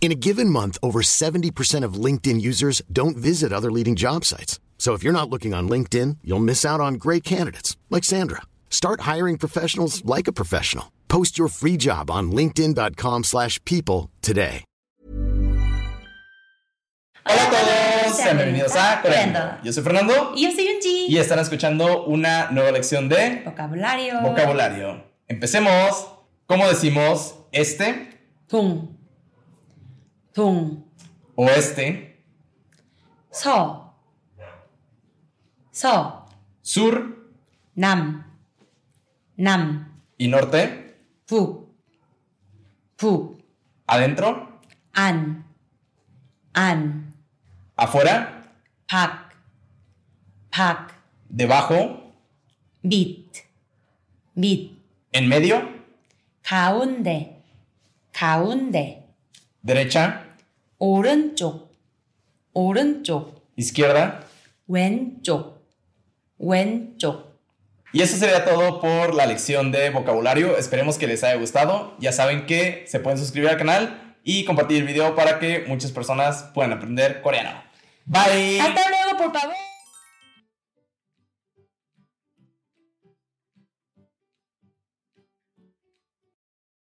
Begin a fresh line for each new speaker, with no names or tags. In a given month, over 70% of LinkedIn users don't visit other leading job sites. So if you're not looking on LinkedIn, you'll miss out on great candidates like Sandra. Start hiring professionals like a professional. Post your free job on linkedin.com/people slash people today.
Hola a todos, sean bienvenidos a Coreando. Yo soy Fernando
Y yo soy Yunji.
y están escuchando una nueva lección de
Vocabulario.
vocabulario. Empecemos. ¿Cómo decimos este
동. 동.
o este?
서. 서.
Sur
남. 남.
y norte,
북. 북.
adentro,
안. 안.
afuera,
밖. 밖.
debajo,
밑. 밑.
en medio,
가운데. 가운데.
derecha,
오른쪽. 오른쪽.
izquierda.
왼쪽, 왼쪽.
Y eso sería todo por la lección de vocabulario. Esperemos que les haya gustado. Ya saben que se pueden suscribir al canal y compartir el video para que muchas personas puedan aprender coreano. Bye.
Hasta luego, por favor.